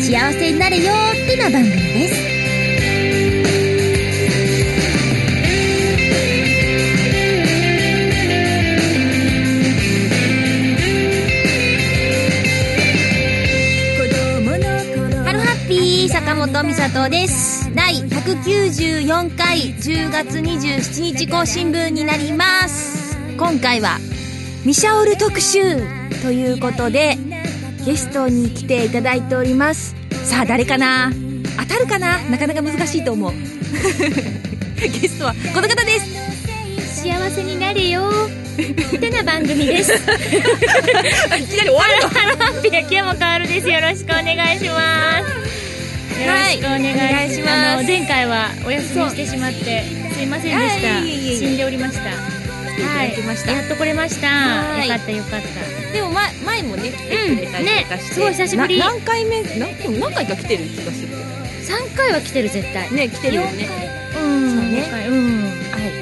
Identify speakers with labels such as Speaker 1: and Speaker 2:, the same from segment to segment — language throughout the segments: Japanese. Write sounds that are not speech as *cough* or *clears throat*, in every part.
Speaker 1: 幸せになれよーってな番組です。ハロハッピー坂本美里です。第194回10月27日更新分になります。今回はミシャオル特集ということでゲストに来ていただいておりますさあ誰かな当たるかななかなか難しいと思う *laughs* ゲストはこの方です
Speaker 2: 幸せになれよってな番組です
Speaker 1: *laughs* いきなり終わるの
Speaker 2: ハローハッピー秋山かおるですよろしくお願いしますよろしくお願
Speaker 1: はいお願
Speaker 2: い
Speaker 1: いし
Speaker 2: しま
Speaker 1: ます
Speaker 2: す,、あの前回はお休みしてしまってすいませんでした、
Speaker 1: はいいえいえいえ
Speaker 2: 死んでおりましたは
Speaker 1: 来ていただきました
Speaker 2: やっと来れました
Speaker 1: はい
Speaker 2: よかったよかった
Speaker 1: でも前前もね来てくれたりとかして、
Speaker 2: うんねすごい久しぶり
Speaker 1: な何回目何でも何回か来てる気がする
Speaker 2: 3回は来てる絶対
Speaker 1: ね来てるよね
Speaker 2: うん
Speaker 1: そうね
Speaker 2: 四回うん
Speaker 1: は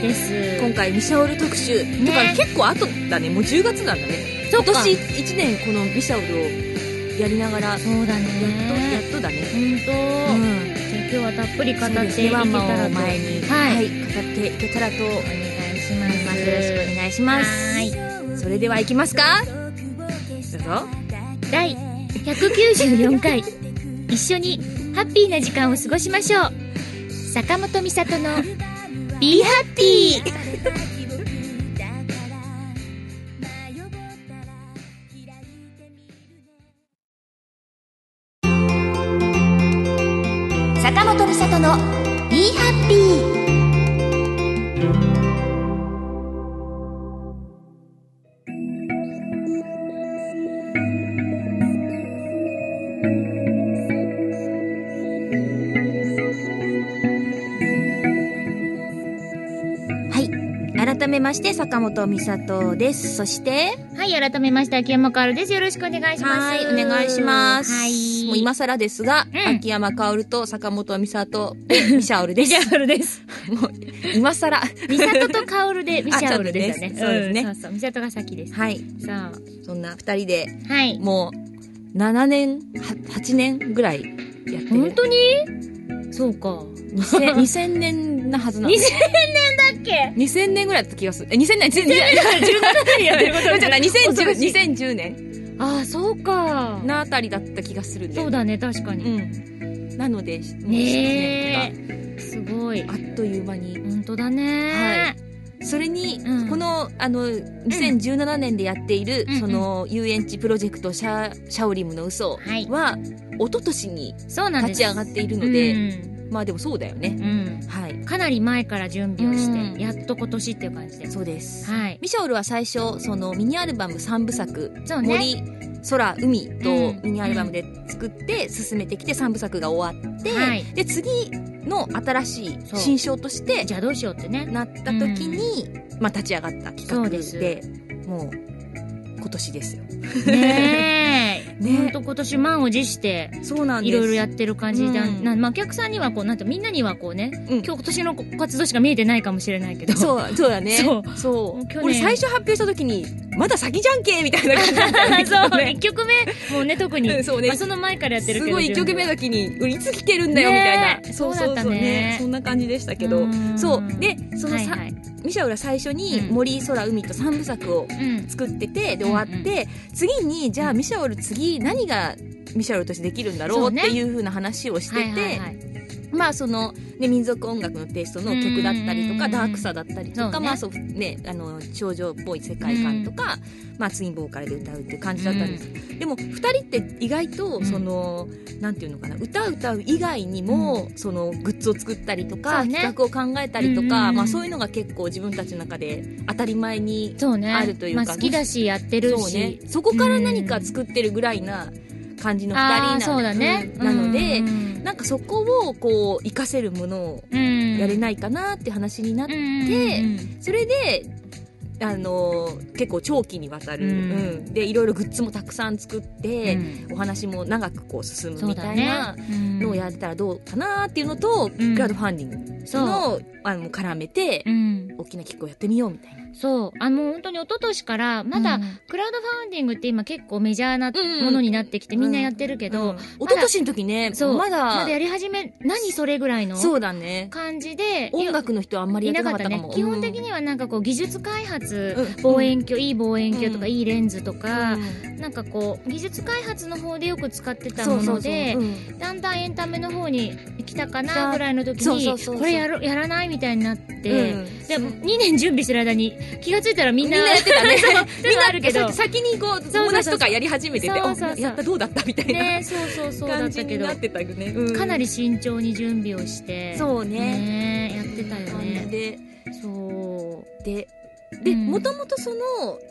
Speaker 1: い
Speaker 2: です
Speaker 1: 今回ミシャオル特集、
Speaker 2: ね
Speaker 1: だから結構後だねもう10月なんだね
Speaker 2: そ
Speaker 1: 今
Speaker 2: っか
Speaker 1: 年1年このミシャオルをやりながらやっと
Speaker 2: そうだ
Speaker 1: や
Speaker 2: ね
Speaker 1: っとだね
Speaker 2: 本当、
Speaker 1: うん
Speaker 2: じゃあ今日はたっぷり語っていけたらと
Speaker 1: ワンマンを
Speaker 2: お願
Speaker 1: 前に、
Speaker 2: はい
Speaker 1: 語っていけたらと思い
Speaker 2: いしま
Speaker 1: ますすよろしくお願いします
Speaker 2: はい
Speaker 1: それでは行きますかどうぞ
Speaker 2: 第194回一緒にハッピーな時間を過ごしましょう坂本美里の「ビーハッピー」
Speaker 1: 坂本美里の「ビーハッピー」はい改めまして坂本美里ですそして
Speaker 2: はい改めまして秋山かおるですよろしくお願いします
Speaker 1: はい、お願いします。
Speaker 2: はい
Speaker 1: もう今更ですが、
Speaker 2: ん
Speaker 1: 秋山薫と坂本美里、ミシャオルです。ミシャオルです。 *laughs* もう、今更。
Speaker 2: 美里とかおるで美シャオルですよね
Speaker 1: あちょっとねそうですね
Speaker 2: んそうそう美里が先です
Speaker 1: *laughs* はい。
Speaker 2: そう
Speaker 1: そんな二人で、
Speaker 2: はい
Speaker 1: もう、7年、は8年ぐらいやって
Speaker 2: 本
Speaker 1: る。
Speaker 2: 当にそうか
Speaker 1: 2000 2000年なはずなの。
Speaker 2: 2000年だっけ
Speaker 1: 2000年ぐらいだった気がする。え、2000年、2010年。
Speaker 2: 年やってること
Speaker 1: じ *laughs* ゃない、
Speaker 2: 恐ろしい
Speaker 1: 2010 2010年
Speaker 2: ああそうか
Speaker 1: なあたりだった気がするんで。
Speaker 2: そうだね確か
Speaker 1: う
Speaker 2: に、
Speaker 1: ん。なので、もう7
Speaker 2: ね
Speaker 1: 年
Speaker 2: えすごい
Speaker 1: とか、あっという間に
Speaker 2: 本当だね
Speaker 1: それに、
Speaker 2: うん
Speaker 1: このあの2017年でやっている、
Speaker 2: うんうん
Speaker 1: その遊園地プロジェクトシャ「シャオリムの嘘は、
Speaker 2: はい
Speaker 1: 一昨年に
Speaker 2: そうなんで
Speaker 1: 立
Speaker 2: す
Speaker 1: ち上がっているのでまあでもそうだよね
Speaker 2: う、ん
Speaker 1: はい
Speaker 2: うん、かなり前から準備をして、
Speaker 1: うん
Speaker 2: やっと今年っていう感じで
Speaker 1: そうです、
Speaker 2: はい
Speaker 1: ミシャオルは最初そのミニアルバム3部作
Speaker 2: そう
Speaker 1: 「
Speaker 2: ね
Speaker 1: 森空海」と
Speaker 2: うん
Speaker 1: ミニアルバムで作って進めてきて3部作が終わって、
Speaker 2: はい
Speaker 1: で次の新しい
Speaker 2: そう
Speaker 1: 新章として
Speaker 2: じゃあどうしようって
Speaker 1: *laughs*
Speaker 2: ね
Speaker 1: なった時に、まあ、立ち上がった企
Speaker 2: そ
Speaker 1: 画
Speaker 2: う
Speaker 1: で
Speaker 2: で
Speaker 1: もう今年ですよ
Speaker 2: ねえ
Speaker 1: ね
Speaker 2: ほんと今年満を持して
Speaker 1: そうなんです
Speaker 2: いろいろやってる感じだ、
Speaker 1: うん
Speaker 2: なまあ、お客さんにはこうなんてみんなにはこうね
Speaker 1: うん
Speaker 2: 今日今年の活動しか見えてないかもしれないけどう
Speaker 1: そうそうだね
Speaker 2: *laughs* そうもう去年
Speaker 1: 俺最初発表した時にまだ先じゃんけみたいな感じだったよね
Speaker 2: そう
Speaker 1: きっ
Speaker 2: 1曲目もうね特に、
Speaker 1: *laughs* うんそう
Speaker 2: *laughs*
Speaker 1: ね
Speaker 2: まあ、その前からやって
Speaker 1: と
Speaker 2: る
Speaker 1: ねす
Speaker 2: けど
Speaker 1: ごい1曲目
Speaker 2: だ
Speaker 1: の時に俺いつ聴けるんだよみたい
Speaker 2: ね
Speaker 1: な
Speaker 2: え
Speaker 1: そう
Speaker 2: そうだったね
Speaker 1: そんな感じでしたけど
Speaker 2: うん
Speaker 1: そうでその
Speaker 2: はい
Speaker 1: さ
Speaker 2: はい
Speaker 1: ミシャウラ最初に
Speaker 2: うん
Speaker 1: 森空海と3部作を
Speaker 2: うん、
Speaker 1: 作っててで終わっ
Speaker 2: うん
Speaker 1: て次にじゃあミシャオル次何がミシャオルとしてできるんだろ
Speaker 2: そう
Speaker 1: うっ
Speaker 2: ね
Speaker 1: ていう風な話をして
Speaker 2: はいはい
Speaker 1: て
Speaker 2: はい
Speaker 1: まあそのね、民族音楽のテイストの曲だったりとか
Speaker 2: うん
Speaker 1: ダークさだったりと
Speaker 2: そ
Speaker 1: か、
Speaker 2: うね
Speaker 1: まあそうね、あの少女っぽい世界観とか、まあ、ツインボーカルで歌うっていう感じだったんです、でも2人って意外と
Speaker 2: うん
Speaker 1: その、なんていうのかな歌う歌う以外にも、そのグッズを作ったりとか、
Speaker 2: そうね
Speaker 1: 企画を考えたりとか、
Speaker 2: うん
Speaker 1: まあ、そういうのが結構自分たちの中で当たり前に
Speaker 2: そうね
Speaker 1: あるというか
Speaker 2: まあ、好きだしやってる
Speaker 1: そう
Speaker 2: し、
Speaker 1: ね、そこから何か作ってるぐらいな感じの
Speaker 2: あ
Speaker 1: 2
Speaker 2: あ
Speaker 1: 人な,、
Speaker 2: そうだね、
Speaker 1: なので、
Speaker 2: うん
Speaker 1: なんかそこをこう活かせるものをやれないかなって話になっ
Speaker 2: う
Speaker 1: て、
Speaker 2: ん
Speaker 1: で
Speaker 2: うんうん
Speaker 1: それで、あのー結構長期にわたる、
Speaker 2: う
Speaker 1: うんんでいろいろグッズもたくさん作って、
Speaker 2: うん
Speaker 1: お話も長くこう進む
Speaker 2: そう
Speaker 1: み
Speaker 2: だ
Speaker 1: たい
Speaker 2: ね
Speaker 1: な
Speaker 2: うん
Speaker 1: のをやったらどうかなっていうのと、
Speaker 2: うん
Speaker 1: クラウドファンディング
Speaker 2: そう
Speaker 1: のあの絡めて、
Speaker 2: うん
Speaker 1: 大きな企画をやってみようみたいな。
Speaker 2: そう。あの、本当に一昨年から、まだ、
Speaker 1: うん
Speaker 2: クラウドファウンディングって今結構メジャーな
Speaker 1: うんうん
Speaker 2: ものになってきて、みんなやってるけど、
Speaker 1: うん一昨年の時ね、
Speaker 2: そう。
Speaker 1: まだ、
Speaker 2: まだやり始め、何それぐらいの
Speaker 1: そうだね。
Speaker 2: 感じで、
Speaker 1: 音楽の人はあんまり
Speaker 2: い
Speaker 1: やっ
Speaker 2: な
Speaker 1: て
Speaker 2: か
Speaker 1: な
Speaker 2: っ
Speaker 1: かったたか
Speaker 2: ね基
Speaker 1: も。。
Speaker 2: 本的にはなんかこう、技術開発、
Speaker 1: うん
Speaker 2: 望遠鏡、いい望遠鏡とか、
Speaker 1: うん
Speaker 2: いいレンズとか、
Speaker 1: うん
Speaker 2: なんかこう、技術開発の方でよく使ってた
Speaker 1: そ
Speaker 2: も
Speaker 1: うそうそ
Speaker 2: の
Speaker 1: う
Speaker 2: で
Speaker 1: う、ん
Speaker 2: だんだんエンタメの方に来たかなぐらいの時
Speaker 1: そうそうそうそ
Speaker 2: に、
Speaker 1: う
Speaker 2: これやるやらないみたいになって、
Speaker 1: うん
Speaker 2: でも2年準備してる間に気がついたらみんな
Speaker 1: みんなやってたね
Speaker 2: そう *laughs* そういうのあるけど
Speaker 1: そう先にこう、
Speaker 2: そうそう
Speaker 1: 友達とかやり始めてて、
Speaker 2: そうそうそう
Speaker 1: おやった、どうだったみたいな
Speaker 2: ねそうそうそうだっ
Speaker 1: 感
Speaker 2: た
Speaker 1: じ
Speaker 2: け
Speaker 1: に
Speaker 2: ど
Speaker 1: なってたよね。うん
Speaker 2: かなり慎重に準備をして
Speaker 1: そうね。
Speaker 2: ねやってたよね
Speaker 1: で、
Speaker 2: そう
Speaker 1: で、で、
Speaker 2: うん
Speaker 1: もともとその、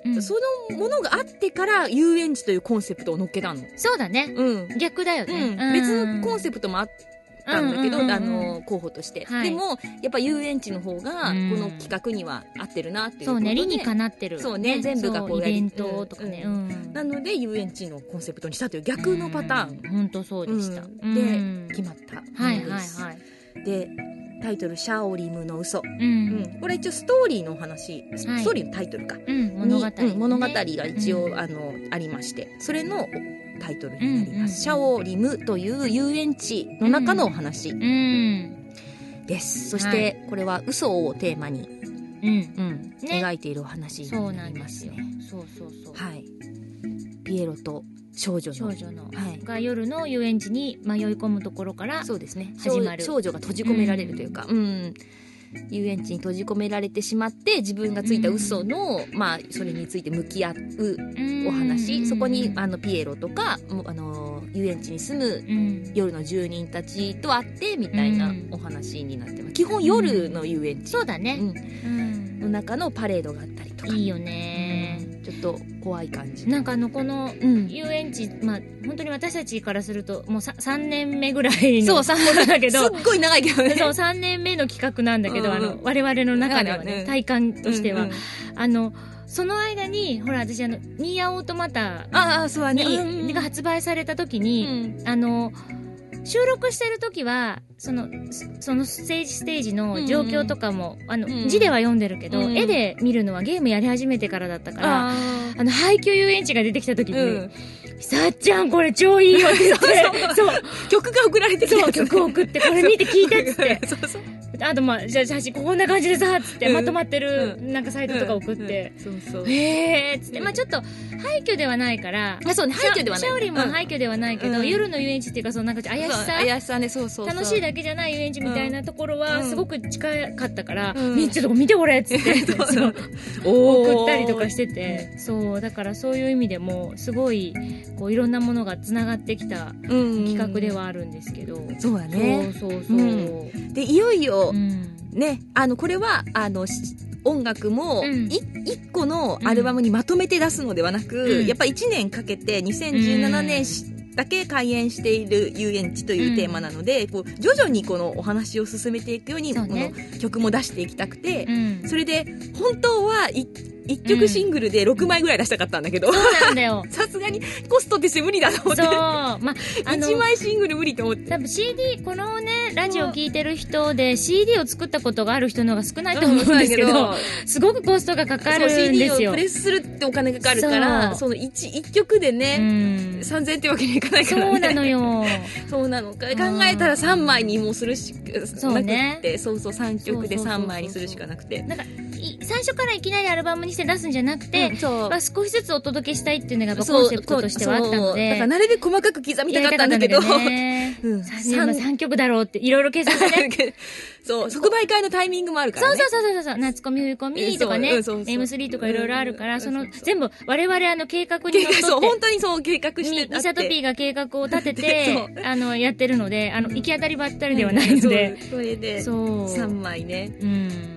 Speaker 2: うん
Speaker 1: そのものがあってから遊園地というコンセプトを乗っけたの。
Speaker 2: そうだね
Speaker 1: うん。
Speaker 2: 逆だよ
Speaker 1: う
Speaker 2: ね
Speaker 1: ん、別のコン
Speaker 2: セ
Speaker 1: セプトもあったんだけど、
Speaker 2: うんうんうんうん
Speaker 1: あの候補として、
Speaker 2: はい
Speaker 1: でもやっぱ遊園地の方がこ
Speaker 2: うん
Speaker 1: の企画には合ってるなっていう
Speaker 2: そ
Speaker 1: こ
Speaker 2: う
Speaker 1: とで、
Speaker 2: ね理にかなってる
Speaker 1: そうね全部がこう
Speaker 2: そ
Speaker 1: や
Speaker 2: イ
Speaker 1: り
Speaker 2: ベントとかね
Speaker 1: う
Speaker 2: うん
Speaker 1: なので遊園地のコンセプトにしたという逆のパターン
Speaker 2: 本当そうでした
Speaker 1: うんで
Speaker 2: うん
Speaker 1: 決まったものです、
Speaker 2: はいはいはい
Speaker 1: でタイトル「シャオリムの嘘、
Speaker 2: う
Speaker 1: うんん、これ一応ストーリーのお話ス
Speaker 2: はい
Speaker 1: ストーリーのタイトルか、
Speaker 2: うん
Speaker 1: に
Speaker 2: 物語ね
Speaker 1: うん物語が一応、
Speaker 2: うん
Speaker 1: あのありましてそれのタイトルになります、
Speaker 2: うんうん
Speaker 1: シャオリムという遊園地の中のお話
Speaker 2: うん
Speaker 1: です、そしてこれは嘘をテーマに
Speaker 2: うん
Speaker 1: うん
Speaker 2: ね
Speaker 1: 描いているお話に
Speaker 2: そう
Speaker 1: な
Speaker 2: なん
Speaker 1: りま
Speaker 2: ですす
Speaker 1: ね
Speaker 2: よ。そうそうそう
Speaker 1: はい。ピエロと少女の。
Speaker 2: 少女の
Speaker 1: はい。
Speaker 2: が夜の遊園地に迷い込むところから
Speaker 1: そうですね。
Speaker 2: 始まる
Speaker 1: 少少女が閉じ込められるというか、うん。遊園地に閉じ込められてしまって自分がついた嘘の、まあそれについて向き合うお話、そこにあのピエロとかもあの遊園地に住む
Speaker 2: うん
Speaker 1: 夜の住人たちと会ってみたいな
Speaker 2: うん
Speaker 1: お話になってます基本夜の遊園地
Speaker 2: そうだね、うん
Speaker 1: の中のパレードがあったりとか
Speaker 2: いいよね、
Speaker 1: うんちょっと怖い感じ
Speaker 2: なんかあのこの
Speaker 1: うん
Speaker 2: 遊園地まあ本当に私たちからするともう 3, 年目ぐらいの
Speaker 1: そ
Speaker 2: そ
Speaker 1: う
Speaker 2: うものだけど
Speaker 1: すっごい長いけどね。
Speaker 2: そう3年目の企画なんだけど、
Speaker 1: うんうん
Speaker 2: あの我々の中では
Speaker 1: 中では
Speaker 2: ね
Speaker 1: ね
Speaker 2: 体感としては、
Speaker 1: うんうん
Speaker 2: あのその間にほら私あのニーヤオートマタ
Speaker 1: ああ、そうだね。
Speaker 2: に、
Speaker 1: うんうん
Speaker 2: が発売された時
Speaker 1: う
Speaker 2: に、
Speaker 1: ん
Speaker 2: あの収録してる時はそのすそのステージステージの状況とかも、あの
Speaker 1: うん
Speaker 2: 字では読んでるけど、
Speaker 1: うん
Speaker 2: 絵で見るのはゲームやり始めてからだったから。あ
Speaker 1: あ
Speaker 2: の、廃墟遊園地が出てきた時
Speaker 1: ー
Speaker 2: に、
Speaker 1: うん、
Speaker 2: さっちゃんこれ超いいよって
Speaker 1: *laughs*
Speaker 2: 言って、そう、
Speaker 1: 曲が送られてき
Speaker 2: そ
Speaker 1: た
Speaker 2: う、
Speaker 1: やつね
Speaker 2: 曲を送って、これ見て聞いてっつって、
Speaker 1: *laughs* そうそう
Speaker 2: あとまあ、じゃあ写真こんな感じでさ、つって、
Speaker 1: うん
Speaker 2: まとまってる、
Speaker 1: う
Speaker 2: なんかサイトとか送って、
Speaker 1: うんうんそうそう
Speaker 2: へーっつって、まあちょっと、廃墟ではないから、
Speaker 1: あそうね廃墟ではない
Speaker 2: シャオリンも廃墟ではないけど、
Speaker 1: うん
Speaker 2: 夜の遊園地っていうか、そのなんかちょっと怪しさ
Speaker 1: そう怪しさねそうそうそう
Speaker 2: 楽しいだけじゃない遊園地みたいなところは
Speaker 1: うん
Speaker 2: すごく近かったから、
Speaker 1: うん
Speaker 2: みちょっと見てこれっつって
Speaker 1: *laughs* そう
Speaker 2: そう
Speaker 1: おー
Speaker 2: 送ったりとかしててそうだからそういう意味でもすごいこういろんなものがつながってきた
Speaker 1: うん
Speaker 2: 企画ではあるんですけど、
Speaker 1: そうだね
Speaker 2: そうそうそう、
Speaker 1: う
Speaker 2: うんん
Speaker 1: でいよいよ、ねあのこれはあのし音楽も
Speaker 2: うん
Speaker 1: い一、個のアルバムにまとめて出すのではなく、
Speaker 2: うん
Speaker 1: やっぱ1年かけて2017年しだけ開園している遊園地というテーマなので、こう徐々にこのお話を進めていくように
Speaker 2: そう
Speaker 1: こ
Speaker 2: ね
Speaker 1: の曲も出していきたくて、
Speaker 2: うん
Speaker 1: それで本当は1曲シングルで6枚ぐらい出したかったんだけど、 *laughs*
Speaker 2: そうなんだよ
Speaker 1: さすがにコストってして無理だと思っ
Speaker 2: そ
Speaker 1: て
Speaker 2: うまああの
Speaker 1: 1枚シングル無理と思って。
Speaker 2: 多分 CD このねラジオ聞いてる人で CD を作ったことがある人の方が少ないと思うんですけど、
Speaker 1: そうだ
Speaker 2: すごくコストがかかる
Speaker 1: そう、
Speaker 2: ん
Speaker 1: CD
Speaker 2: で
Speaker 1: を
Speaker 2: すよ
Speaker 1: プ。レスするってお金かかるから、
Speaker 2: そう
Speaker 1: その一一曲でね、
Speaker 2: うん
Speaker 1: 3000ってわけにいかないか
Speaker 2: そ
Speaker 1: らね。
Speaker 2: うなのよ。
Speaker 1: そうなのか。考えたら3枚にもするし
Speaker 2: そう
Speaker 1: かなく
Speaker 2: ね
Speaker 1: って、そうそう、3曲で
Speaker 2: そうそうそうそう
Speaker 1: 3枚にするしかなくて。
Speaker 2: なんか、
Speaker 1: *laughs*
Speaker 2: い最初からいきなりアルバムにして出すんじゃなくて、
Speaker 1: うんそう
Speaker 2: まあ、少しずつお届けしたいっていうのがやっぱコンセプトとしてはあった
Speaker 1: そ
Speaker 2: の
Speaker 1: うだから
Speaker 2: で、
Speaker 1: なるべく細かく刻みたかったんだけど、
Speaker 2: ね
Speaker 1: *laughs* うん
Speaker 2: 3, 3曲だろうって、いろいろ計算してね。
Speaker 1: *laughs* そう、即売会のタイミングもあるか
Speaker 2: そ
Speaker 1: ら
Speaker 2: う
Speaker 1: ね。
Speaker 2: そうそうそうそう、夏コミ冬コミとかね、
Speaker 1: そううんそうそう
Speaker 2: M3 とかいろいろあるか
Speaker 1: う
Speaker 2: ら、
Speaker 1: ん
Speaker 2: その
Speaker 1: そうそう
Speaker 2: 全部我々あの計画に
Speaker 1: 計
Speaker 2: のっ
Speaker 1: 画そ
Speaker 2: と
Speaker 1: う、
Speaker 2: って
Speaker 1: 本当にそう計画して
Speaker 2: み
Speaker 1: た
Speaker 2: ミサトピーが計画を立てて
Speaker 1: *laughs* そ、
Speaker 2: あの、やってるので、あの、行き当たりばったりではないので、
Speaker 1: そうそれで、
Speaker 2: そう。
Speaker 1: 3枚ね。
Speaker 2: う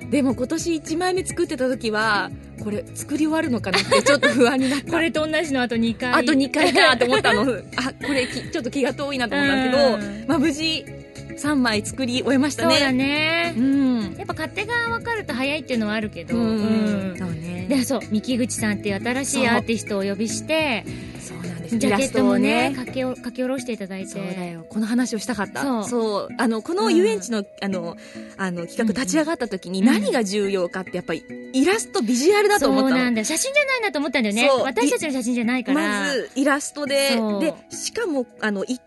Speaker 2: ん。
Speaker 1: でも今年1枚目作ってた時は、これ作り終わるのかなってちょっと不安になっ
Speaker 2: *laughs*
Speaker 1: た。
Speaker 2: これと同じのあと2回。
Speaker 1: あと2回かと思ったの。 *laughs* あ、これきちょっと気が遠いなと思ったんだけ
Speaker 2: う
Speaker 1: ど、まあ無事3枚作り終えました
Speaker 2: そうだ
Speaker 1: ね。
Speaker 2: ね
Speaker 1: う。ん。
Speaker 2: やっぱ勝手が分かると早いっていうのはあるけど、
Speaker 1: うん。
Speaker 2: うん
Speaker 1: そうね。
Speaker 2: でそう三木口さんっていう新しいアーティストをお呼びして
Speaker 1: そうなんですよ。
Speaker 2: ジャケットもね、書きお書き下ろしていただいて。
Speaker 1: そうだよ。この話をしたかった。
Speaker 2: そう
Speaker 1: あの、この遊園地の、あの、あの、企画立ち上がった時に
Speaker 2: うん
Speaker 1: 何が重要かって、やっぱり、イラスト、ビジュアルだと思った
Speaker 2: そう
Speaker 1: の。
Speaker 2: なんだよ。写真じゃないなと思ったんだよね
Speaker 1: そ。う
Speaker 2: 私たちの写真じゃないから。
Speaker 1: まず、イラストで
Speaker 2: そう、
Speaker 1: で、しかも、あの、一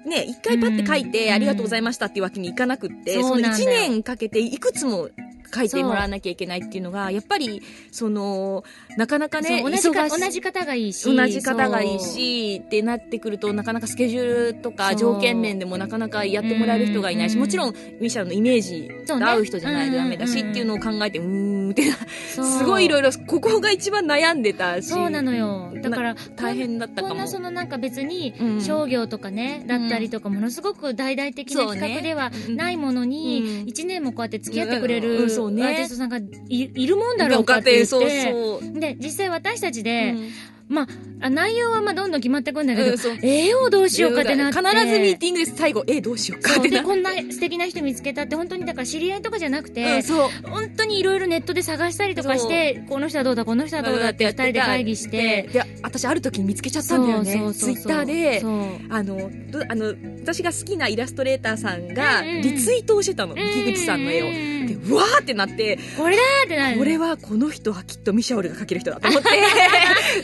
Speaker 1: 回、ね、一回パって書いて、
Speaker 2: うん
Speaker 1: ありがとうございましたっていうわけにいかなくって、
Speaker 2: そ
Speaker 1: そう
Speaker 2: な
Speaker 1: の
Speaker 2: んだ
Speaker 1: 一
Speaker 2: よ
Speaker 1: 年かけて、いくつも書いてもらわなきゃいけないっていうのが、やっぱり、その、なかなかね、
Speaker 2: そう同じか、
Speaker 1: 忙しい
Speaker 2: 同じ方がいいし。
Speaker 1: 同じ方がいいしってなってくるとなかなかスケジュールと
Speaker 2: そ
Speaker 1: か
Speaker 2: う
Speaker 1: 条件面でもなかなかやってもらえる人がいないし
Speaker 2: うん
Speaker 1: もちろんミシャのイメージ
Speaker 2: そうね
Speaker 1: が合う人じゃないとダメだし
Speaker 2: うんうんうん
Speaker 1: っていうのを考えてうーんってな
Speaker 2: そう、
Speaker 1: すごいいろ
Speaker 2: い
Speaker 1: いろここが一番悩んでたし
Speaker 2: そうなのよ。だから、
Speaker 1: 大変だった
Speaker 2: こ
Speaker 1: か
Speaker 2: ん
Speaker 1: も
Speaker 2: なそのなんか別に、
Speaker 1: うん
Speaker 2: 商業とかね、だったりとか、ものすごく大々的な
Speaker 1: そうね
Speaker 2: 企画では
Speaker 1: うん
Speaker 2: ないものに、
Speaker 1: うん
Speaker 2: 1年もこうやって付き合ってくれ
Speaker 1: うんう
Speaker 2: るア
Speaker 1: んそうね
Speaker 2: ーティストさんがいいるもんだろ
Speaker 1: ご
Speaker 2: うか
Speaker 1: 家
Speaker 2: って言
Speaker 1: 庭
Speaker 2: って。
Speaker 1: そうそう
Speaker 2: で、実際私たちで、
Speaker 1: うん
Speaker 2: まああ、内容はまあどんどん決まってくんだけど、
Speaker 1: うんそう
Speaker 2: 絵をどうしようかってなって。
Speaker 1: 必ずミーティングです最後えどうしようか
Speaker 2: そ
Speaker 1: っ
Speaker 2: う
Speaker 1: て
Speaker 2: で
Speaker 1: なっ
Speaker 2: こんな素敵な人見つけたって本当にだから知り合いとかじゃなく
Speaker 1: てう
Speaker 2: て
Speaker 1: ん、そう
Speaker 2: 本当にいろいろネットで探したりとかしてこの人はどうだこの人はどうだって二人で会議して
Speaker 1: で私ある時に見つけちゃったんだよねツイッターで
Speaker 2: そう
Speaker 1: あの、どあの、私が好きなイラストレーターさんが、
Speaker 2: うんうんうん
Speaker 1: リツイートをしてたの。木口さんの絵
Speaker 2: う
Speaker 1: を。
Speaker 2: ん
Speaker 1: で、うわーってなって、
Speaker 2: これだーってなる
Speaker 1: これはこの人はきっとミシャオルが描ける人だと思って、
Speaker 2: *laughs*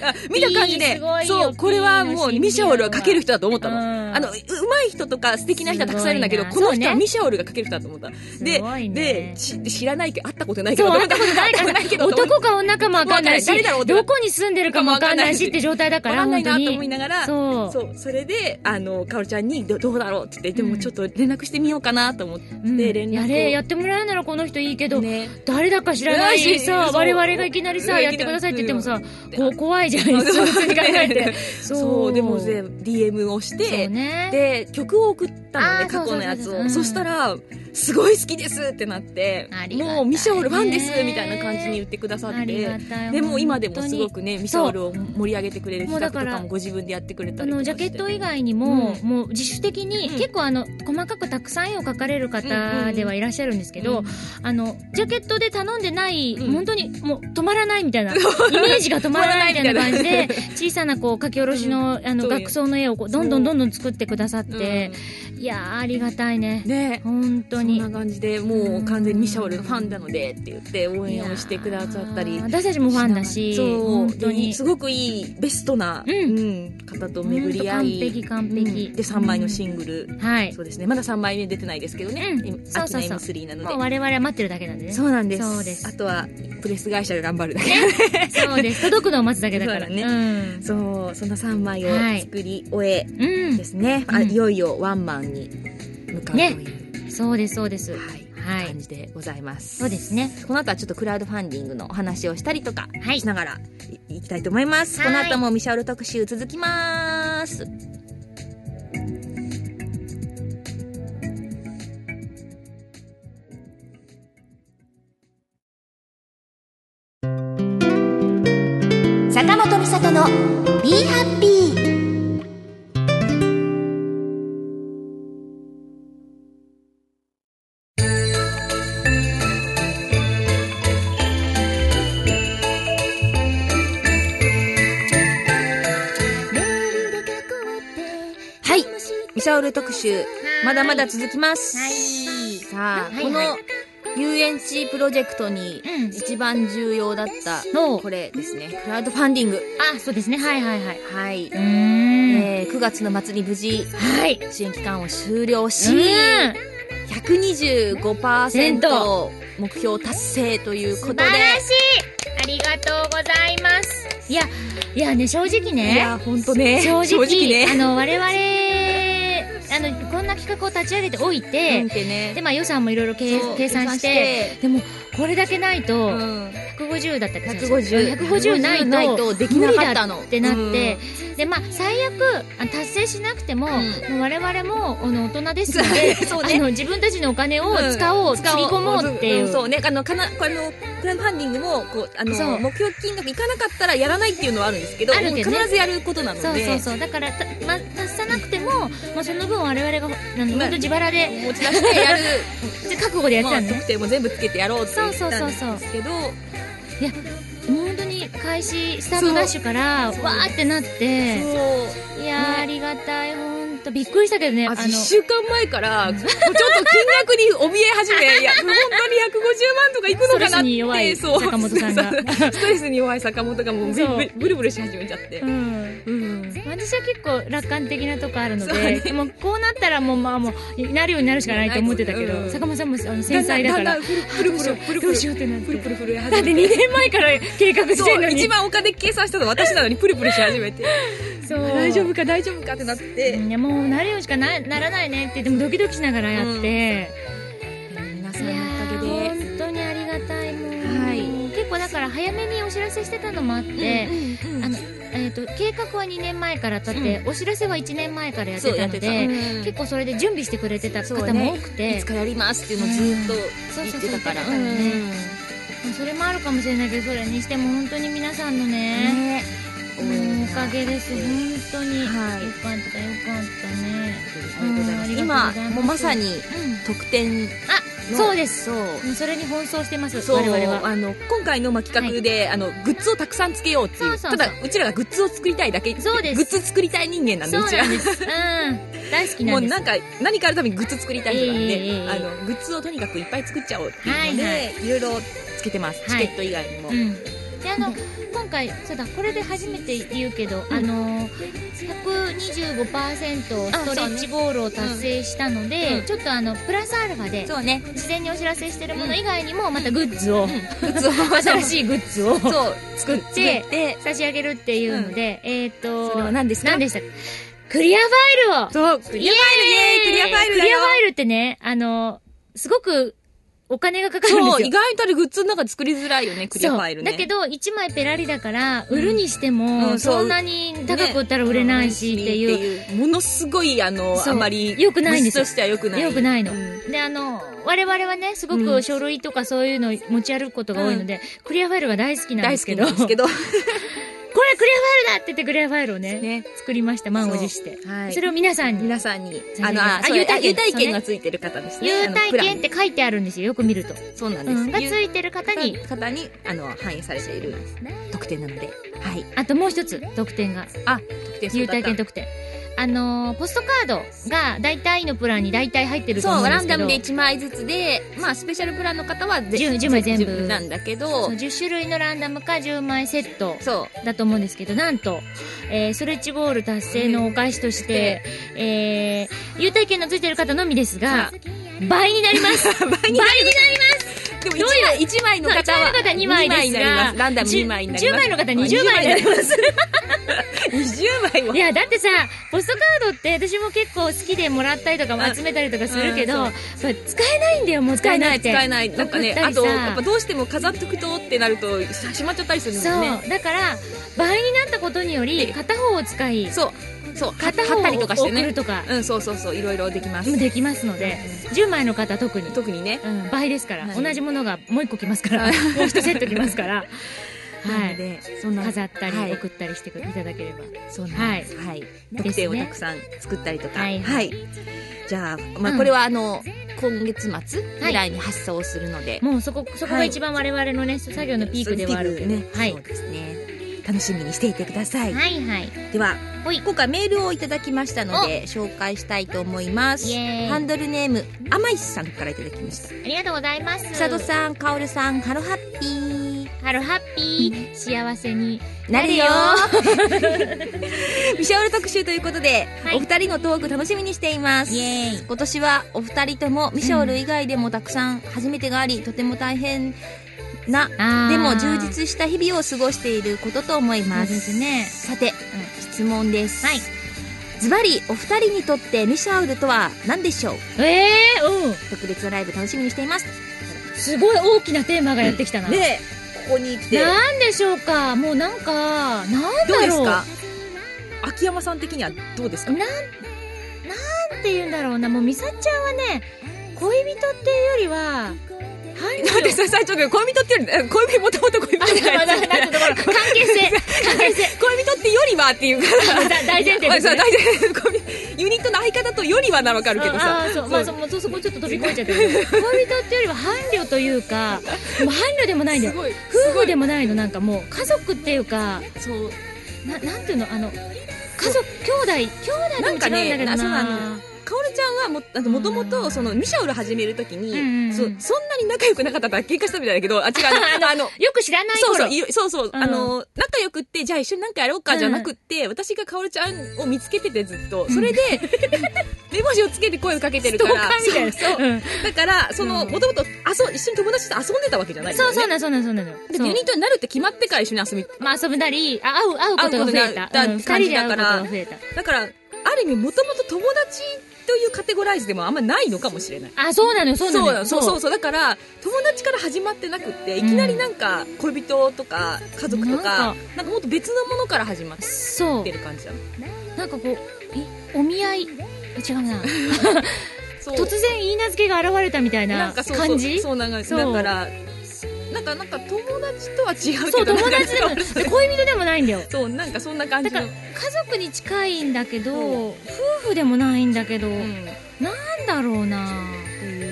Speaker 1: あ見た感じ
Speaker 2: いい
Speaker 1: です
Speaker 2: ごいよ、
Speaker 1: そう、これはもうミシャオルは描ける人だと思った
Speaker 2: う
Speaker 1: の。
Speaker 2: ん
Speaker 1: あの、ううまい人とか素敵な人はたくさんいるんだけど、
Speaker 2: す
Speaker 1: こ
Speaker 2: ごいなそう
Speaker 1: の人は
Speaker 2: ね
Speaker 1: ミシャオルが描ける人だと思った。
Speaker 2: す
Speaker 1: で
Speaker 2: ごい、ね
Speaker 1: で、し知らないけど、会ったことないけ
Speaker 2: そ
Speaker 1: ど、
Speaker 2: う
Speaker 1: *laughs* と
Speaker 2: 会っ
Speaker 1: 思ったた
Speaker 2: ことないか
Speaker 1: 会
Speaker 2: ら
Speaker 1: ったことないけど
Speaker 2: 男か女かもわかんないし
Speaker 1: わかんない誰だろうと
Speaker 2: どこに住んでるかもわかんないしって状態だか
Speaker 1: わ
Speaker 2: ら
Speaker 1: かんない
Speaker 2: 本当
Speaker 1: なと
Speaker 2: に
Speaker 1: 思いながら、
Speaker 2: そう
Speaker 1: そう、それで、あの、かおるちゃんに、どどうだろうって言って、で
Speaker 2: う
Speaker 1: も
Speaker 2: ん
Speaker 1: ちょっと連絡してみようかなと思って、
Speaker 2: うん
Speaker 1: 連絡を
Speaker 2: やれやってもらうならこの人いいけど
Speaker 1: ね。
Speaker 2: 誰だか知らないし
Speaker 1: ない
Speaker 2: さ
Speaker 1: し
Speaker 2: 我々がいきなりさ
Speaker 1: そう
Speaker 2: やってくださいって言ってもさ
Speaker 1: きなり
Speaker 2: こう怖いじゃないですか普通に考えて
Speaker 1: そうでもで DM をし
Speaker 2: そう
Speaker 1: て、
Speaker 2: ね
Speaker 1: で曲を送ったの
Speaker 2: あ
Speaker 1: ね
Speaker 2: ーそ
Speaker 1: 過
Speaker 2: うそう
Speaker 1: 去のやつ
Speaker 2: そうそ
Speaker 1: を
Speaker 2: う
Speaker 1: そ
Speaker 2: うん
Speaker 1: したら「すごい好きです」ってなって
Speaker 2: ありがたいね
Speaker 1: もうミシャオルファンです」みたいな感じに言ってくださっ
Speaker 2: ありが
Speaker 1: て
Speaker 2: たい
Speaker 1: でもう今でもすご
Speaker 2: く
Speaker 1: くねミシャオルを盛り上げてくれる
Speaker 2: もう
Speaker 1: 企
Speaker 2: だか
Speaker 1: 画
Speaker 2: ら
Speaker 1: とかもご自分でやってくれた
Speaker 2: あ
Speaker 1: りと
Speaker 2: の
Speaker 1: か
Speaker 2: ジ
Speaker 1: して
Speaker 2: ャケット以外にも、
Speaker 1: うん
Speaker 2: もう自主的に、
Speaker 1: うん
Speaker 2: 結構あの細かくたくさん絵を描かれる方ではいらっしゃるんですけど、
Speaker 1: うん
Speaker 2: あのジャケットで頼んでない、
Speaker 1: うん
Speaker 2: 本当にもう止まらないみたい
Speaker 1: *laughs*
Speaker 2: なイメージが止まらないみたいな感じで *laughs* 小さなこう描き下ろしの,、あの
Speaker 1: そういう
Speaker 2: 学装の絵をこうどんどんどんどん作ってくださって、いやーありがたいね
Speaker 1: うんね
Speaker 2: 本当に
Speaker 1: そんな感じでもう完全にミシャオルのファンなのでって言って応援をしてくださった
Speaker 2: い
Speaker 1: り
Speaker 2: やー私たちもファンだし
Speaker 1: そう
Speaker 2: 本当に
Speaker 1: すごくいいベストな、
Speaker 2: うん
Speaker 1: うん方と巡り合い
Speaker 2: ほんと完璧完璧
Speaker 1: うんで3枚のシングル、
Speaker 2: はい
Speaker 1: そうですねまだ3枚目出てないですけどね、
Speaker 2: うん
Speaker 1: 今
Speaker 2: そうそうそう
Speaker 1: 秋の M3 なので
Speaker 2: もう我々は待ってるだけなんでね
Speaker 1: そうなんです
Speaker 2: そうです
Speaker 1: あとはプレス会社が頑張るだけ、
Speaker 2: そうです届くのを待つだけだから
Speaker 1: そうだね
Speaker 2: うん
Speaker 1: *laughs* そうそんな3枚を
Speaker 2: はい
Speaker 1: 作り終え
Speaker 2: うん
Speaker 1: ですね、あ
Speaker 2: うん
Speaker 1: いよいよワンマンに向かうという、
Speaker 2: そうです、そうです。
Speaker 1: はい
Speaker 2: はい
Speaker 1: 感じでございます
Speaker 2: そうですね。
Speaker 1: この後はちょっとクラウドファンディングのお話をしたりとか
Speaker 2: はい
Speaker 1: しながらい,、きたいと思います。
Speaker 2: は
Speaker 1: この
Speaker 2: い
Speaker 1: 後もミシャオル特集続きます。
Speaker 3: 坂本美里の「ビーハッピー」
Speaker 1: はい。ミシャオル特集、まだまだ続きます。
Speaker 2: はい
Speaker 1: さあ、
Speaker 2: はい
Speaker 1: この遊園地プロジェクトに
Speaker 2: うん
Speaker 1: 一番重要だった、
Speaker 2: の
Speaker 1: これですね、クラウドファンディング。
Speaker 2: あ、そうですね。はいはいはい。
Speaker 1: はい。
Speaker 2: うーん。
Speaker 1: えー9月の末に無事、
Speaker 2: はい。
Speaker 1: 支援期間を終了
Speaker 2: う
Speaker 1: し、
Speaker 2: ん。
Speaker 1: 125%目標達成というこ
Speaker 2: 素
Speaker 1: と
Speaker 2: 晴ら
Speaker 1: で、
Speaker 2: しいありがとうございます。いや、いやね、正直
Speaker 1: い
Speaker 2: ね。
Speaker 1: や、ほんとね。
Speaker 2: 正直あ
Speaker 1: ね。
Speaker 2: の、我々、あの、こんな企画を立ち上げておいて、
Speaker 1: てね
Speaker 2: で、まあ予算もいろいろ計
Speaker 1: そう
Speaker 2: 計算して、、でも、これだけないと、
Speaker 1: うん、
Speaker 2: 150だったか
Speaker 1: 150。
Speaker 2: 150ないと、
Speaker 1: でき
Speaker 2: 無
Speaker 1: な
Speaker 2: 理
Speaker 1: かった
Speaker 2: だ
Speaker 1: の。
Speaker 2: ってなって、でまあ最悪あ達成しなくても,、
Speaker 1: ん
Speaker 2: もう我々もあの大人ですの *laughs* で
Speaker 1: そうね
Speaker 2: あの自分たちのお金を
Speaker 1: うん
Speaker 2: 使おう、
Speaker 1: うん、
Speaker 2: 使おう振り込もうっていう,、
Speaker 1: んそうね。あの、かな、あの、クラウドファンディングも、こう、あ
Speaker 2: そう
Speaker 1: の、目標金額いかなかったらやらないっていうのはあるんですけど、
Speaker 2: あるけどね
Speaker 1: もう必ずやることなの
Speaker 2: そう
Speaker 1: で。
Speaker 2: そうそうだからた、ま、達さなくても、まあ、その分我々があの
Speaker 1: ま
Speaker 2: 本
Speaker 1: あ
Speaker 2: 当自腹で
Speaker 1: 持ち出してやる、
Speaker 2: 覚 *laughs* 悟でやって
Speaker 1: ま
Speaker 2: た
Speaker 1: あ、
Speaker 2: のね
Speaker 1: 特定も全部つけてやろうって言ったんですけど、
Speaker 2: そうそうそうそう
Speaker 1: そう
Speaker 2: もう本当にに開始スタートダッシュからわーってなって
Speaker 1: そう
Speaker 2: いやー、ありがたいほんとびっくりしたけどねあの
Speaker 1: 私1週間前からもうちょっと金額に怯え始
Speaker 2: *laughs*
Speaker 1: めいやもう本当に150万とかいくのかなっ
Speaker 2: ストレス
Speaker 1: て
Speaker 2: に弱い
Speaker 1: そう
Speaker 2: 坂本さんが
Speaker 1: ストレスに弱い坂本がもうブ
Speaker 2: そう
Speaker 1: リブリブリし始めちゃって
Speaker 2: う、ん
Speaker 1: うん、
Speaker 2: 私は結構楽観的なとこあるの
Speaker 1: そう
Speaker 2: で、
Speaker 1: ね
Speaker 2: もうこうなったらもうまあもうなるようになるしかないと思ってたけど、
Speaker 1: うん
Speaker 2: 坂本さんもあの繊細だから
Speaker 1: んだんだんプルプルプルプルプ
Speaker 2: どう
Speaker 1: ル
Speaker 2: しようってなって
Speaker 1: プルプル震え
Speaker 2: だっ
Speaker 1: 始
Speaker 2: て2
Speaker 1: めて
Speaker 2: 年前から計画してん
Speaker 1: そ
Speaker 2: の
Speaker 1: う
Speaker 2: に
Speaker 1: 一番お金計算したの私なのにプルプルし始めて
Speaker 2: そう
Speaker 1: 大丈夫か大丈夫かってなっ
Speaker 2: う
Speaker 1: て
Speaker 2: んいやもうなるようしかなならないねってでもドキドキしながらやって、
Speaker 1: 皆さ
Speaker 2: い
Speaker 1: んの
Speaker 2: や
Speaker 1: おかげで
Speaker 2: ー本当にありがたいもう、
Speaker 1: はい
Speaker 2: 結構だから早めにお知らせしてたのもあって、あのえー、と計画は2年前から立って、お知らせは1年前からやってたので、結構それで準備してくれてた
Speaker 1: そ
Speaker 2: 方
Speaker 1: うね
Speaker 2: も多く
Speaker 1: い
Speaker 2: て
Speaker 1: つかやりますっていうのをずーっと
Speaker 2: そうそ
Speaker 1: 言
Speaker 2: う
Speaker 1: っ
Speaker 2: そう
Speaker 1: てたから
Speaker 2: 言ってたからねまあそれもあるかもしれないけどそれにしても本当に皆さんのね
Speaker 1: ね
Speaker 2: うんおかげです本当に、
Speaker 1: はい
Speaker 2: よかったよかったねうんありがとうございま
Speaker 1: 今
Speaker 2: す
Speaker 1: もうまさに特典
Speaker 2: うんあ
Speaker 1: の
Speaker 2: そうです
Speaker 1: そう
Speaker 2: もうそれに奔走してます
Speaker 1: そう
Speaker 2: 我々は
Speaker 1: あの今回のまあ企画で、あのグッズをたくさんつけようっていう
Speaker 2: そうそうそう
Speaker 1: ただうちらがグッズを作りたいだけ
Speaker 2: そうです
Speaker 1: グッズ作りたい人間なんで
Speaker 2: そうう
Speaker 1: ちら
Speaker 2: なんですうん大好き
Speaker 1: も
Speaker 2: な
Speaker 1: うん
Speaker 2: です
Speaker 1: なんか何かあるためにグッズ作りたい人なんで、
Speaker 2: ええええ
Speaker 1: あのグッズをとにかくいっぱい作っちゃおうっていうので、
Speaker 2: はい
Speaker 1: いろいろつけてます、
Speaker 2: はい
Speaker 1: チケット以外にも、
Speaker 2: うんであの今回そうだこれで初めて言うけど、あの125%ストレッチゴールを達成したので、
Speaker 1: うん
Speaker 2: ちょっとあのプラスアルファで
Speaker 1: そ
Speaker 2: *laughs*
Speaker 1: うね
Speaker 2: 事前にお知らせしてるもの以外にもまたグッズを、
Speaker 1: グッズを
Speaker 2: 新しいグッズを
Speaker 1: そう作っ
Speaker 2: で
Speaker 1: て
Speaker 2: *laughs*
Speaker 1: 作って
Speaker 2: 差し上げるっていうので、えーっと
Speaker 1: それは何ですか
Speaker 2: 何でしたクリアファイルを
Speaker 1: そうクリアファイルねクリアファイル
Speaker 2: ク
Speaker 1: だ
Speaker 2: リア
Speaker 1: よ
Speaker 2: ファイルってねあのすごくお金がかかるんですよ
Speaker 1: そう意外とあれグッズの中で作りづらいよねクリアファイルね
Speaker 2: そうだけど1枚ペラリだから売るにしても、
Speaker 1: うんそう
Speaker 2: そんなに高く売ったら売れないしっていう、
Speaker 1: ねっていうものすごいあの
Speaker 2: そう
Speaker 1: あまり
Speaker 2: 良くないんですよ
Speaker 1: グッズとしては良くない
Speaker 2: 良くないの
Speaker 1: うん
Speaker 2: であの我々はねすご
Speaker 1: う
Speaker 2: く
Speaker 1: ん
Speaker 2: 書類とかそういうの持ち歩くことが多いので、クリアファイルが大好きなん
Speaker 1: 大
Speaker 2: で
Speaker 1: 好
Speaker 2: す
Speaker 1: き
Speaker 2: け
Speaker 1: な
Speaker 2: ど
Speaker 1: んですけど
Speaker 2: *laughs* これクリアファイルだって言ってクリアファイルをね
Speaker 1: ね
Speaker 2: 作りました満を持してそ,、
Speaker 1: はい
Speaker 2: れを皆さんに
Speaker 1: 皆さんに
Speaker 2: 差し上
Speaker 1: あ
Speaker 2: げ
Speaker 1: の
Speaker 2: ます
Speaker 1: あ
Speaker 2: あ
Speaker 1: そう
Speaker 2: 優待券
Speaker 1: 優待
Speaker 2: そう
Speaker 1: 券
Speaker 2: ね
Speaker 1: がついてる方ですね
Speaker 2: 優待券っ
Speaker 1: って
Speaker 2: 書いてあるんですよよく見ると、
Speaker 1: てそうなん
Speaker 2: う
Speaker 1: です、
Speaker 2: ん、がついてる方に
Speaker 1: 方にあの反映されている特典なのではい
Speaker 2: あともう一つ特典が
Speaker 1: 特典
Speaker 2: 優待券特典あのーポストカードが大体のプランに大体入ってると
Speaker 1: そ
Speaker 2: 思
Speaker 1: う
Speaker 2: うんで
Speaker 1: ラ
Speaker 2: す
Speaker 1: ン
Speaker 2: けど
Speaker 1: ダムで1枚ずつでまあスペシャルプランの方はぜ
Speaker 2: 10, 10枚全
Speaker 1: 10
Speaker 2: 部
Speaker 1: なんだけど
Speaker 2: その10種類のランダムか10枚セット
Speaker 1: そう
Speaker 2: だと思うんですけどなんと、えーストレッチゴール達成のお返しとして、えー、優待券のついてる方のみですが倍になります
Speaker 1: *laughs* 倍になりますでも1枚一枚の方は
Speaker 2: 1枚の方二枚ですが
Speaker 1: 二になりますランダム2枚になります
Speaker 2: 10枚の方20枚になります
Speaker 1: 20枚はい
Speaker 2: やだってさポストカードって私も結構好きでもらったりとかも集めたりとかするけど、
Speaker 1: うんうん
Speaker 2: それ使えないんだよもう
Speaker 1: 使
Speaker 2: 使
Speaker 1: え
Speaker 2: えな
Speaker 1: ないい
Speaker 2: て
Speaker 1: 使えないなんかね
Speaker 2: 送った
Speaker 1: あ
Speaker 2: りさ
Speaker 1: とやっぱどうしても飾っとくとってなるとしまっちゃったりするんですね
Speaker 2: そうだから倍になったことにより片方を使い
Speaker 1: そうそう買
Speaker 2: 片方
Speaker 1: ったり
Speaker 2: を
Speaker 1: とかして
Speaker 2: 送
Speaker 1: ね
Speaker 2: るとか
Speaker 1: うんそうそうそういろいろできます
Speaker 2: もできますので10枚の方特に
Speaker 1: 特にね
Speaker 2: うん、倍ですから、
Speaker 1: はい
Speaker 2: 同じものがもう一個来ますから、
Speaker 1: はい
Speaker 2: もう一セット来ます
Speaker 1: *laughs*
Speaker 2: から、は
Speaker 1: なの
Speaker 2: い、
Speaker 1: でそんな
Speaker 2: 飾った
Speaker 1: はい
Speaker 2: り送ったりしていただければ、
Speaker 1: そうなんですはい特典をたくさん作ったりとか
Speaker 2: はい
Speaker 1: はいじゃあま
Speaker 2: う
Speaker 1: あ
Speaker 2: ん
Speaker 1: これはあの今月末ぐらいに発送するので
Speaker 2: もうそこそこが一番我々のね作業のピークではあるけど、
Speaker 1: ね
Speaker 2: はい
Speaker 1: そうですね楽しみにしていてください
Speaker 2: はいはい
Speaker 1: では
Speaker 2: ほい
Speaker 1: 今回メールをいただきましたので紹介したいと思います
Speaker 2: イエーイ
Speaker 1: ハンドルネームあまいさんからいただきました
Speaker 2: ありがとうございます
Speaker 1: 佐渡さんかおるさんハロハッピー
Speaker 2: ハロハッピー幸せに
Speaker 1: なれよ
Speaker 2: な
Speaker 1: *laughs* ミシャオル特集ということで、
Speaker 2: はい
Speaker 1: お二人のトーク楽しみにしています
Speaker 2: イエーイ
Speaker 1: 今年はお二人ともミシャオル以外でもたくさん初めてがありとても大変な
Speaker 2: あー
Speaker 1: でも充実した日々を過ごしていることと思います
Speaker 2: そうですね
Speaker 1: さて、質問です
Speaker 2: はい
Speaker 1: ズバリお二人にとってミシャオルとは何でしょう
Speaker 2: ええー、うん
Speaker 1: 特別のライブ楽しみにしています
Speaker 2: すごい大きなテーマがやってきたな、
Speaker 1: でここに来
Speaker 2: なんでしょうかもうなんかなんだろう
Speaker 1: どうですか秋山さん的にはどうですか
Speaker 2: なん、なんて言うんだろうな、もう美咲ちゃんはね、恋人っていうよりは、伴侶
Speaker 1: だってさ最初で恋人ってよりえ *laughs* 恋人もともと恋
Speaker 2: あ、
Speaker 1: 人
Speaker 2: だ
Speaker 1: じ
Speaker 2: か
Speaker 1: ゃな
Speaker 2: ら、
Speaker 1: いで
Speaker 2: な
Speaker 1: す
Speaker 2: ん
Speaker 1: か
Speaker 2: てところ、関係性、関係性、
Speaker 1: 恋人ってよりはっていうか
Speaker 2: だ
Speaker 1: ら
Speaker 2: 大前提です
Speaker 1: *laughs* まあ
Speaker 2: ね。
Speaker 1: 大前提恋人ユニットの相方とよりはならわかるけど
Speaker 2: あ
Speaker 1: さ
Speaker 2: あーそうまあそ
Speaker 1: そう
Speaker 2: うそうそこちょっと飛び越えちゃってるけど恋人っていうよりは伴侶というかもう伴侶でもないんだよ
Speaker 1: すごい
Speaker 2: 夫夫婦でもないのなんかもう家族っていうか
Speaker 1: そう
Speaker 2: ななんていうのあの家族兄弟兄弟でも違うんだけどな
Speaker 1: なんかねなそうなのかおるちゃんはもあともともとそのミシャオル始めるときに、
Speaker 2: うんうん
Speaker 1: そそんなに仲良くなかったから喧嘩したみたいだけどあ違うあのあの
Speaker 2: よく知らない
Speaker 1: そ
Speaker 2: 頃
Speaker 1: うそう、いろそうそう、
Speaker 2: うん
Speaker 1: あの、仲良くって、じゃあ一緒になんかやろうか、じゃなくって、私がかおるちゃんを見つけててずっと、それで、 *laughs* 目星をつけて声をかけてるから、
Speaker 2: ストーカーみたいな
Speaker 1: そうそうだから、その、
Speaker 2: うん
Speaker 1: もともと、あそう、一緒に友達と遊んでたわけじゃないんだ
Speaker 2: そ
Speaker 1: よ
Speaker 2: う
Speaker 1: ね。
Speaker 2: そうなのそうなのそうなの
Speaker 1: だって
Speaker 2: そう
Speaker 1: ユニットになるって決まってから一緒に遊び、
Speaker 2: まあ遊んだりあ会う会うことが増えた
Speaker 1: 会うことが
Speaker 2: うん二
Speaker 1: 感
Speaker 2: 人
Speaker 1: じ
Speaker 2: で会う
Speaker 1: だ
Speaker 2: こ
Speaker 1: か
Speaker 2: と
Speaker 1: ら
Speaker 2: が増えた
Speaker 1: だから、ある意味、もともと友達というカテゴライズでもあんまないのかもしれない。
Speaker 2: あそうなのよそうなのよ
Speaker 1: そうそうそうだから友達から始まってなくっていきなりなんか恋人とか家族とか
Speaker 2: な
Speaker 1: なんんかもっと別のものから始まっ
Speaker 2: そう
Speaker 1: てる感じだね
Speaker 2: なんかこうえお見合い違うな
Speaker 1: そう
Speaker 2: 突然言い名付けが現れたみたい
Speaker 1: な
Speaker 2: なん
Speaker 1: かそうそう
Speaker 2: 感じ
Speaker 1: そうなんか
Speaker 2: そう
Speaker 1: だからなんかなんか友達とは違う
Speaker 2: そ
Speaker 1: け
Speaker 2: う
Speaker 1: ど
Speaker 2: 友達でも
Speaker 1: なんか
Speaker 2: で恋人でもないんだよ
Speaker 1: そうなんかそんな感
Speaker 2: だ
Speaker 1: じ
Speaker 2: か
Speaker 1: の
Speaker 2: ら家族に近いんだけど
Speaker 1: うん
Speaker 2: 夫婦でもないんだけど
Speaker 1: う
Speaker 2: なんんだろうな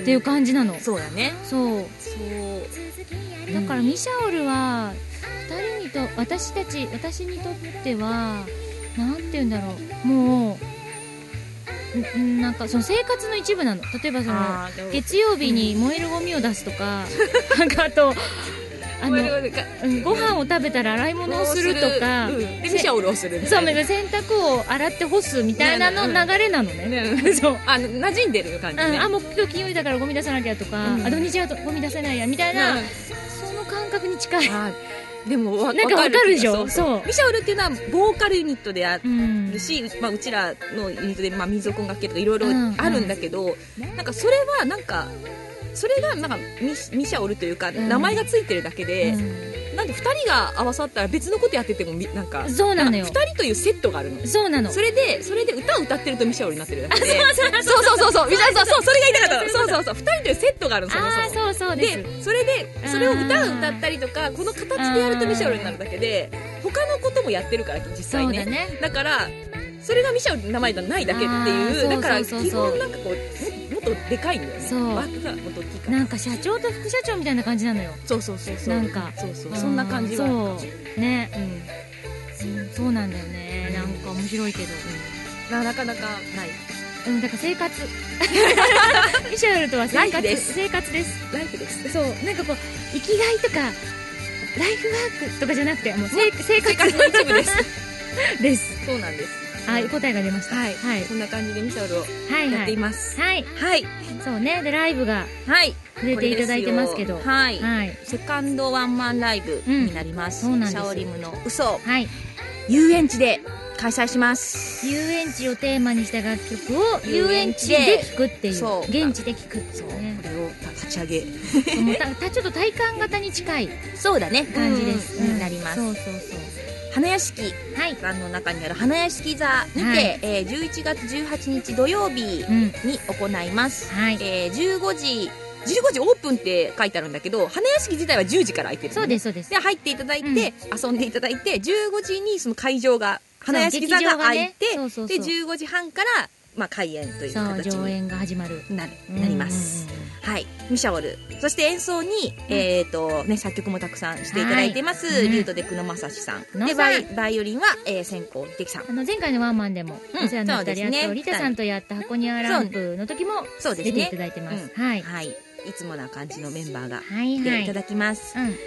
Speaker 2: っていう感じなの
Speaker 1: そうだね
Speaker 2: そう
Speaker 1: そう
Speaker 2: だからミシャオルは2人にと私たち私にとってはなんて言うんだろうもうんんなんかその生活の一部なの例えばその
Speaker 1: あーでも
Speaker 2: 月曜日に燃えるゴミを出すと
Speaker 1: *laughs*
Speaker 2: か、なんかあとあの
Speaker 1: これが
Speaker 2: うんご飯を食べたら洗い物をするとか、
Speaker 1: うんでミシャオルをするみ
Speaker 2: そ
Speaker 1: た
Speaker 2: う
Speaker 1: いな
Speaker 2: 洗濯を洗って干すみたいなの
Speaker 1: ね
Speaker 2: 流れなのね
Speaker 1: ね
Speaker 2: そう
Speaker 1: あの馴染んでる感じ
Speaker 2: うん
Speaker 1: ね
Speaker 2: あもう今日金曜日だからゴミ出さなきゃとか、
Speaker 1: うん
Speaker 2: あ土日はゴミ出せないやみたいな、
Speaker 1: うん
Speaker 2: その感覚に近い、
Speaker 1: あでも
Speaker 2: *laughs*
Speaker 1: わ
Speaker 2: なんかわかるでしょ
Speaker 1: わかる気が
Speaker 2: そう
Speaker 1: ミシャオルっていうのはボーカルユニットであ
Speaker 2: うん
Speaker 1: るし、まあ、うちらのユニットで、まあ、民族音楽系とかいろいろ
Speaker 2: うん
Speaker 1: あるんだけど、なんかそれはなんかそれがなんかミミシャオルというか
Speaker 2: ん
Speaker 1: 名前がついてるだけで、なんで2人が合わさったら別のことやっててもみなんか
Speaker 2: うんそうなのよ
Speaker 1: 2人というセットがあるの
Speaker 2: そうなの
Speaker 1: それでそれで歌を歌ってるとミシャオルになってるだけでそうそうそうそうミシャオルそうそうそれが言いたかったのそうそうそう2人というセットがあるのそもそ
Speaker 2: あ
Speaker 1: も
Speaker 2: あそうそうです
Speaker 1: でそれでそれを歌を歌ったりとかこの形でやるとミシャオルになるだけで他のこともやってるから実
Speaker 2: そ
Speaker 1: 際
Speaker 2: う
Speaker 1: ね
Speaker 2: だ
Speaker 1: だ
Speaker 2: ね
Speaker 1: からそれがミシャオルの名前じゃないだけっていう
Speaker 2: あー
Speaker 1: だから
Speaker 2: そうそうそ
Speaker 1: 基
Speaker 2: うそう
Speaker 1: 本なんかこうももっとでかいんだよね
Speaker 2: そう
Speaker 1: 枠がもっと大きいから
Speaker 2: なんか社長と副社長みたいな感じなのよ
Speaker 1: そうそうそうそう
Speaker 2: なんか
Speaker 1: そうそううんそんな感じはあるかも
Speaker 2: そうね
Speaker 1: うん
Speaker 2: うんそうなんだよねなんか面白いけど
Speaker 1: ななかなかない
Speaker 2: うんだから生 *laughs* 活ミシャエルとは生
Speaker 1: ライフ
Speaker 2: 活
Speaker 1: です
Speaker 2: 生活です
Speaker 1: ライフで
Speaker 2: *laughs*
Speaker 1: す
Speaker 2: そうなんかこう生きがいとかライフワークとかじゃなくてもうせい生活
Speaker 1: 生活の一部です
Speaker 2: *laughs* です
Speaker 1: そうなんです
Speaker 2: あ答えが出ました
Speaker 1: はい
Speaker 2: はい
Speaker 1: そんな感じでミシャオルを
Speaker 2: はい
Speaker 1: やっ
Speaker 2: は
Speaker 1: てい
Speaker 2: い
Speaker 1: ます
Speaker 2: はい
Speaker 1: はい
Speaker 2: そうねでライブが
Speaker 1: はい
Speaker 2: 触れていただいてますけど
Speaker 1: これですよはい
Speaker 2: はい
Speaker 1: セカンドワンマンライブになります、
Speaker 2: うんそうなんです
Speaker 1: シャオリムの嘘
Speaker 2: はい
Speaker 1: 遊園地で開催します
Speaker 2: 遊園地をテーマにした楽曲を遊
Speaker 1: 遊
Speaker 2: 園
Speaker 1: 園
Speaker 2: 地
Speaker 1: 地
Speaker 2: で
Speaker 1: で
Speaker 2: 聴くっていう
Speaker 1: そう
Speaker 2: 現地で聴くっていうね
Speaker 1: これを立ち上げ
Speaker 2: そう *laughs* もうたたちょっと体感型に近い
Speaker 1: そうだね
Speaker 2: 感じです、
Speaker 1: うん
Speaker 2: うん
Speaker 1: なります、
Speaker 2: そうそうそう
Speaker 1: 花屋敷
Speaker 2: はい
Speaker 1: 館の中にある花屋敷座にて、
Speaker 2: はい
Speaker 1: えー11月18日土曜日
Speaker 2: うん
Speaker 1: に行います、
Speaker 2: はい
Speaker 1: えー15時15時オープンって書いてあるんだけど花屋敷自体は10時から開いてる
Speaker 2: そ
Speaker 1: のね、
Speaker 2: うですそうです
Speaker 1: で入っていただいて、
Speaker 2: うん
Speaker 1: 遊んでいただいて15時にその会場が花屋敷座
Speaker 2: 劇場
Speaker 1: が
Speaker 2: がね
Speaker 1: 開いて、
Speaker 2: そうそうそう
Speaker 1: で15時半から、まあ、開演という
Speaker 2: そう
Speaker 1: 形
Speaker 2: 上
Speaker 1: に
Speaker 2: 演が始まる
Speaker 1: なるなります、
Speaker 2: うんうんうん
Speaker 1: はいミシャオルそして演奏に、えっ、とね作曲もたくさんしていただいてます、
Speaker 2: はいうん
Speaker 1: リュートで久野正史さん
Speaker 2: 野さん
Speaker 1: でバイバイオリンは、えー、千光秀樹さん
Speaker 2: あの前回のワンマンでも
Speaker 1: うん
Speaker 2: お世話になったり
Speaker 1: そ
Speaker 2: あ
Speaker 1: うですね
Speaker 2: とリタさんとやった箱庭ランプの時も
Speaker 1: そうです
Speaker 2: 出
Speaker 1: ね
Speaker 2: ていただいてますはい
Speaker 1: はいいつもな感じのメンバーが
Speaker 2: はいは
Speaker 1: でい
Speaker 2: い
Speaker 1: ただきます
Speaker 2: うん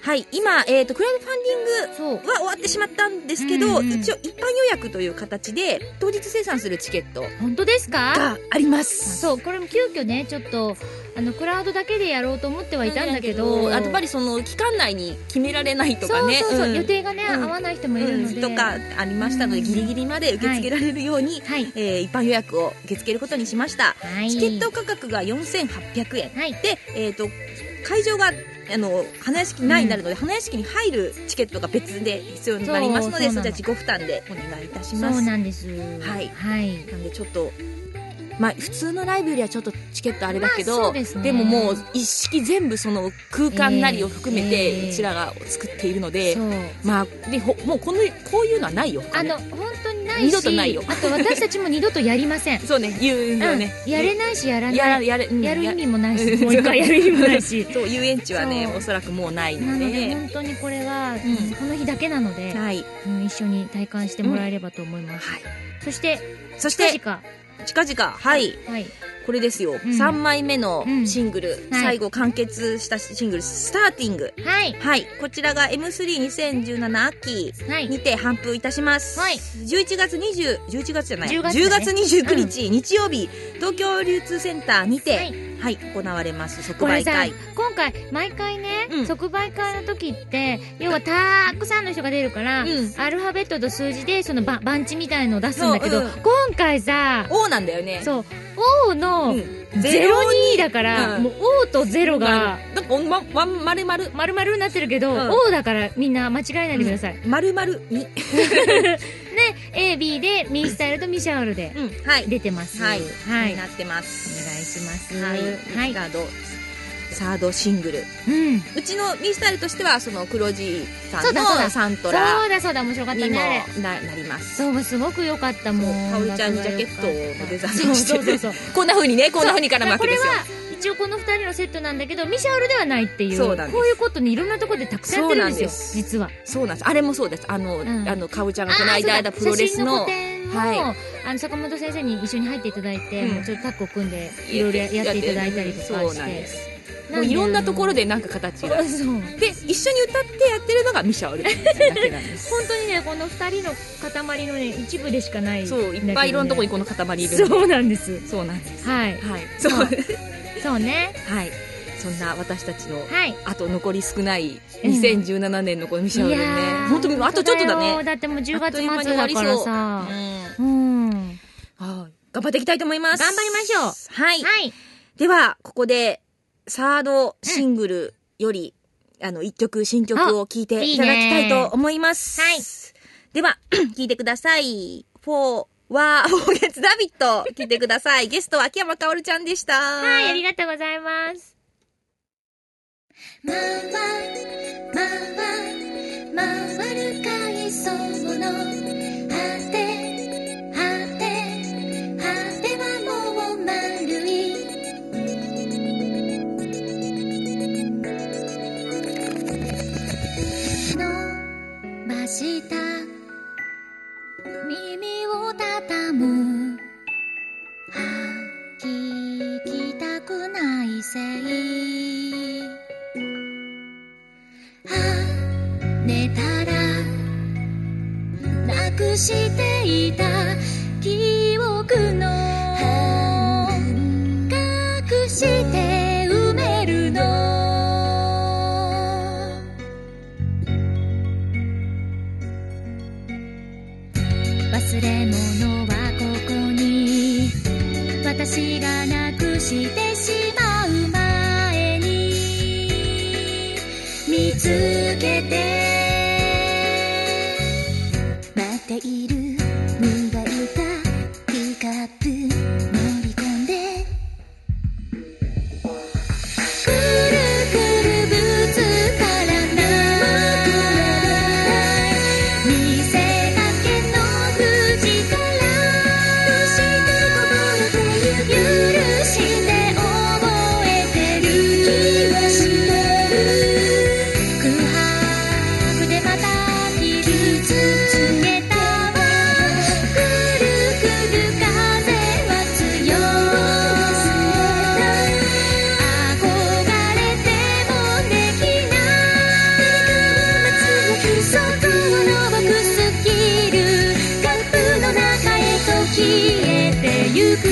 Speaker 1: はい、今、えっとクラウドファンディング
Speaker 2: そう
Speaker 1: は終わってしまったんですけど、
Speaker 2: うんうん
Speaker 1: 一応一般予約という形で当日生産するチケット
Speaker 2: 本当ですか
Speaker 1: があります
Speaker 2: そうこれも急遽ねちょっとあのクラウドだけでやろうと思ってはいたんだけど
Speaker 1: やっぱりその期間内に決められないとかね
Speaker 2: そうそうそう、
Speaker 1: ん
Speaker 2: 予定がね、
Speaker 1: うん
Speaker 2: 合わない人もいるので、
Speaker 1: うんとかありましたので、
Speaker 2: うん
Speaker 1: ギリギリまで受け付けられるように、
Speaker 2: はい
Speaker 1: えー一般予約を受け付けることにしました、
Speaker 2: はい
Speaker 1: チケット価格が4800円
Speaker 2: はい
Speaker 1: で、えー、と会場があの花屋敷内になるので、花屋敷に入るチケットが別で必要になりますの
Speaker 2: そう
Speaker 1: でそ
Speaker 2: そうなの
Speaker 1: ちら自己負担でお願いいたし
Speaker 2: そ
Speaker 1: ます
Speaker 2: うなんです
Speaker 1: はい
Speaker 2: はい
Speaker 1: なんでちょっと、まあ、普通のライブよりはちょっとチケットあれだけど、
Speaker 2: まあそうですね
Speaker 1: ももう一式全部その空間なりを含め
Speaker 2: ええ
Speaker 1: てうちらが作っているので、
Speaker 2: そう
Speaker 1: まあでほもうこのこういうのはないよ他
Speaker 2: あ
Speaker 1: に
Speaker 2: の本当にないし
Speaker 1: 二度とないよ
Speaker 2: あと私たちも二度とやりません
Speaker 1: *laughs* そうね遊園地はね、
Speaker 2: うん、やれないしやら
Speaker 1: や
Speaker 2: な
Speaker 1: ら
Speaker 2: い
Speaker 1: やれ、うん
Speaker 2: やる意味もないし
Speaker 1: うん
Speaker 2: もう一回やる意味もないし
Speaker 1: そう遊園地は *laughs* ね
Speaker 2: そう
Speaker 1: おそらくもうない
Speaker 2: な
Speaker 1: の
Speaker 2: の
Speaker 1: で
Speaker 2: で本当にこれは、
Speaker 1: ん
Speaker 2: この日だけなので、
Speaker 1: はい、
Speaker 2: うん一緒に体感してもらえればと思います、
Speaker 1: はい、
Speaker 2: そして
Speaker 1: そし
Speaker 2: 近
Speaker 1: て
Speaker 2: 々
Speaker 1: 近々はい
Speaker 2: はい
Speaker 1: これですよ、
Speaker 2: ん
Speaker 1: 3枚目のシングル、
Speaker 2: はい
Speaker 1: 最後完結したシングル「スターティング
Speaker 2: はい」
Speaker 1: はいこちらが M32017 秋
Speaker 2: はい
Speaker 1: にて頒布いたします、
Speaker 2: はい
Speaker 1: 11月20 11月じゃない
Speaker 2: 10
Speaker 1: 10
Speaker 2: 月
Speaker 1: 月,、
Speaker 2: だね
Speaker 1: 29日、日曜日東京流通センターにて、
Speaker 2: は
Speaker 1: はいい行われます即
Speaker 2: これ
Speaker 1: 売
Speaker 2: さ
Speaker 1: 会
Speaker 2: 今回毎回ね、
Speaker 1: うん
Speaker 2: 即売会の時って要はたーくさんの人が出るから、
Speaker 1: うん
Speaker 2: アルファベットと数字でそのば番地みたいのを出すんだけど、
Speaker 1: そううん
Speaker 2: 今回さ
Speaker 1: 王なんだよね
Speaker 2: そう王の
Speaker 1: うん
Speaker 2: 02だから、
Speaker 1: うん
Speaker 2: もう王と0が
Speaker 1: なんかまままるまる
Speaker 2: 丸々になってるけど、
Speaker 1: うん
Speaker 2: 王だからみんな間違えないでください、
Speaker 1: まるまるに
Speaker 2: で AB でミースタイルとミシャオルで
Speaker 1: うんはい
Speaker 2: 出てます
Speaker 1: はい、
Speaker 2: はい、
Speaker 1: に
Speaker 2: お願
Speaker 1: ないってます
Speaker 2: します
Speaker 1: はい、
Speaker 2: はい、
Speaker 1: サードサードシングル
Speaker 2: うん
Speaker 1: うちのミスタイルとしてはその黒字さ
Speaker 2: そうんだそうだ
Speaker 1: のサント
Speaker 2: そ
Speaker 1: ラ
Speaker 2: うだそうだ面白かった
Speaker 1: にも
Speaker 2: ねあれ
Speaker 1: ななります
Speaker 2: そうすごく良かったもん
Speaker 1: そうかおりちゃんにジャケットをデザイン
Speaker 2: そう
Speaker 1: して
Speaker 2: そうそうそう
Speaker 1: こんな風にねこんな風に絡むわ
Speaker 2: こ
Speaker 1: け
Speaker 2: れ
Speaker 1: で
Speaker 2: は
Speaker 1: すよ
Speaker 2: 一応この2人のセットなんだけどミシャオルではないっていう
Speaker 1: そうなんです
Speaker 2: こういうことにいろんなところでたくさんやってるんですよ
Speaker 1: そうなんです
Speaker 2: 実は
Speaker 1: そうなんですあれもそうですあの、
Speaker 2: ん
Speaker 1: あのかおちゃんがこの
Speaker 2: あ
Speaker 1: 間やっ
Speaker 2: ー
Speaker 1: た
Speaker 2: そう
Speaker 1: プ
Speaker 2: だ
Speaker 1: ロレ
Speaker 2: 写
Speaker 1: ス
Speaker 2: 真の個
Speaker 1: の
Speaker 2: 展を、
Speaker 1: は
Speaker 2: あの坂本先生に一緒に入っていただいて、
Speaker 1: うん
Speaker 2: もうちょっとタッグを組んでいろいろやっていただいたりとかして
Speaker 1: そうなんですも
Speaker 2: なん
Speaker 1: う
Speaker 2: で
Speaker 1: いろんなところでなんか
Speaker 2: そ
Speaker 1: 形
Speaker 2: う
Speaker 1: が
Speaker 2: 本
Speaker 1: で一緒に歌ってやってるのがミシャオ
Speaker 2: *laughs*
Speaker 1: ルだけなんです
Speaker 2: 当にねこの2人の塊のね一部でしかない
Speaker 1: そういっぱいいろんなとこに
Speaker 2: 行
Speaker 1: この塊いるんで
Speaker 2: そうなんです
Speaker 1: そうなんです
Speaker 2: はい
Speaker 1: はいそう
Speaker 2: まそうね
Speaker 1: *laughs* はいそんな私たちの
Speaker 2: はい
Speaker 1: あと残り少ない
Speaker 2: うん
Speaker 1: 2017年のこのミシャオルね、
Speaker 2: ー
Speaker 1: 本当にあとちょっとだ
Speaker 2: 本当よ
Speaker 1: ね
Speaker 2: だってもう10
Speaker 1: あっ
Speaker 2: 月
Speaker 1: という間に
Speaker 2: 末
Speaker 1: 終わ
Speaker 2: だ
Speaker 1: り
Speaker 2: か
Speaker 1: そう
Speaker 2: らさ
Speaker 1: う
Speaker 2: うん頑
Speaker 1: んはい頑張っていきたいと思います
Speaker 2: 張りましょうは
Speaker 1: はい、
Speaker 2: い
Speaker 1: ではここでサードシングルより、あの一曲新曲を聴いていただきたいと思います
Speaker 2: いいね
Speaker 1: では *clears throat* 聴いてくださいフォーはー月ラビット聴いてくださいゲストは秋山かおるちゃんでした
Speaker 2: はいありがとうございます
Speaker 3: 回回回る海藻の果て果て果てはもう丸い伸ばした耳をたたむあ聞きたくないせい「寝たらなくしていた記憶の隠して埋めるの」「忘れ物はここに私がなくしてしまう前に」見つけて待っている磨いたピックアップ乗り込んでくるくるぶつからない見せかけの藤から許して覚えてる気はしてる空白でまた傷つけたわくるくる風は強い憧れてもできないそこの僕すぎるカップの中へと消えてゆく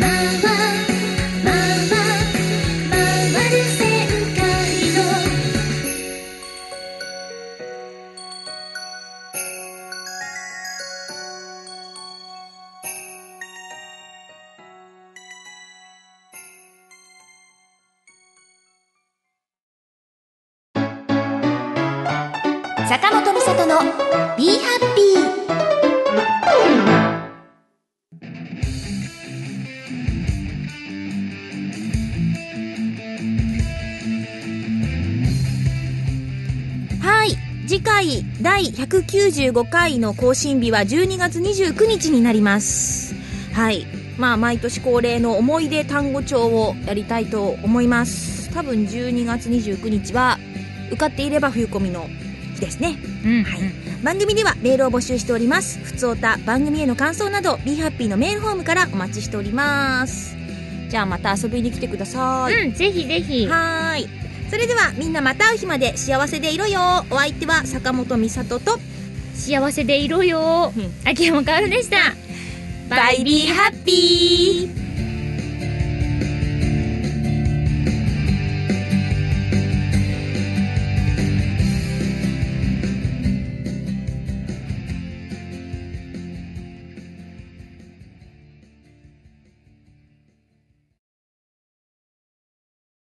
Speaker 3: 回る回る「回る旋回の中で」坂本美里の「ビーハッピー」
Speaker 4: 「
Speaker 1: 次回第195回の更新日は12月29日になりますはいまあ毎年恒例の思い出単語帳をやりたいと思います多分12月29日は受かっていれば冬コミの日ですね
Speaker 2: うん
Speaker 1: はい番組ではメールを募集しておりますふつおた番組への感想など b ハッピーのメールフォームからお待ちしておりますじゃあまた遊びに来てください、
Speaker 2: うん、ぜひぜひ。
Speaker 1: はーいそれではみんなまた会う日まで幸せでいろよお相手は坂本美里と
Speaker 2: 幸せでいろよ
Speaker 1: うん。
Speaker 2: 秋山かおるでした。
Speaker 1: バイビーハッピー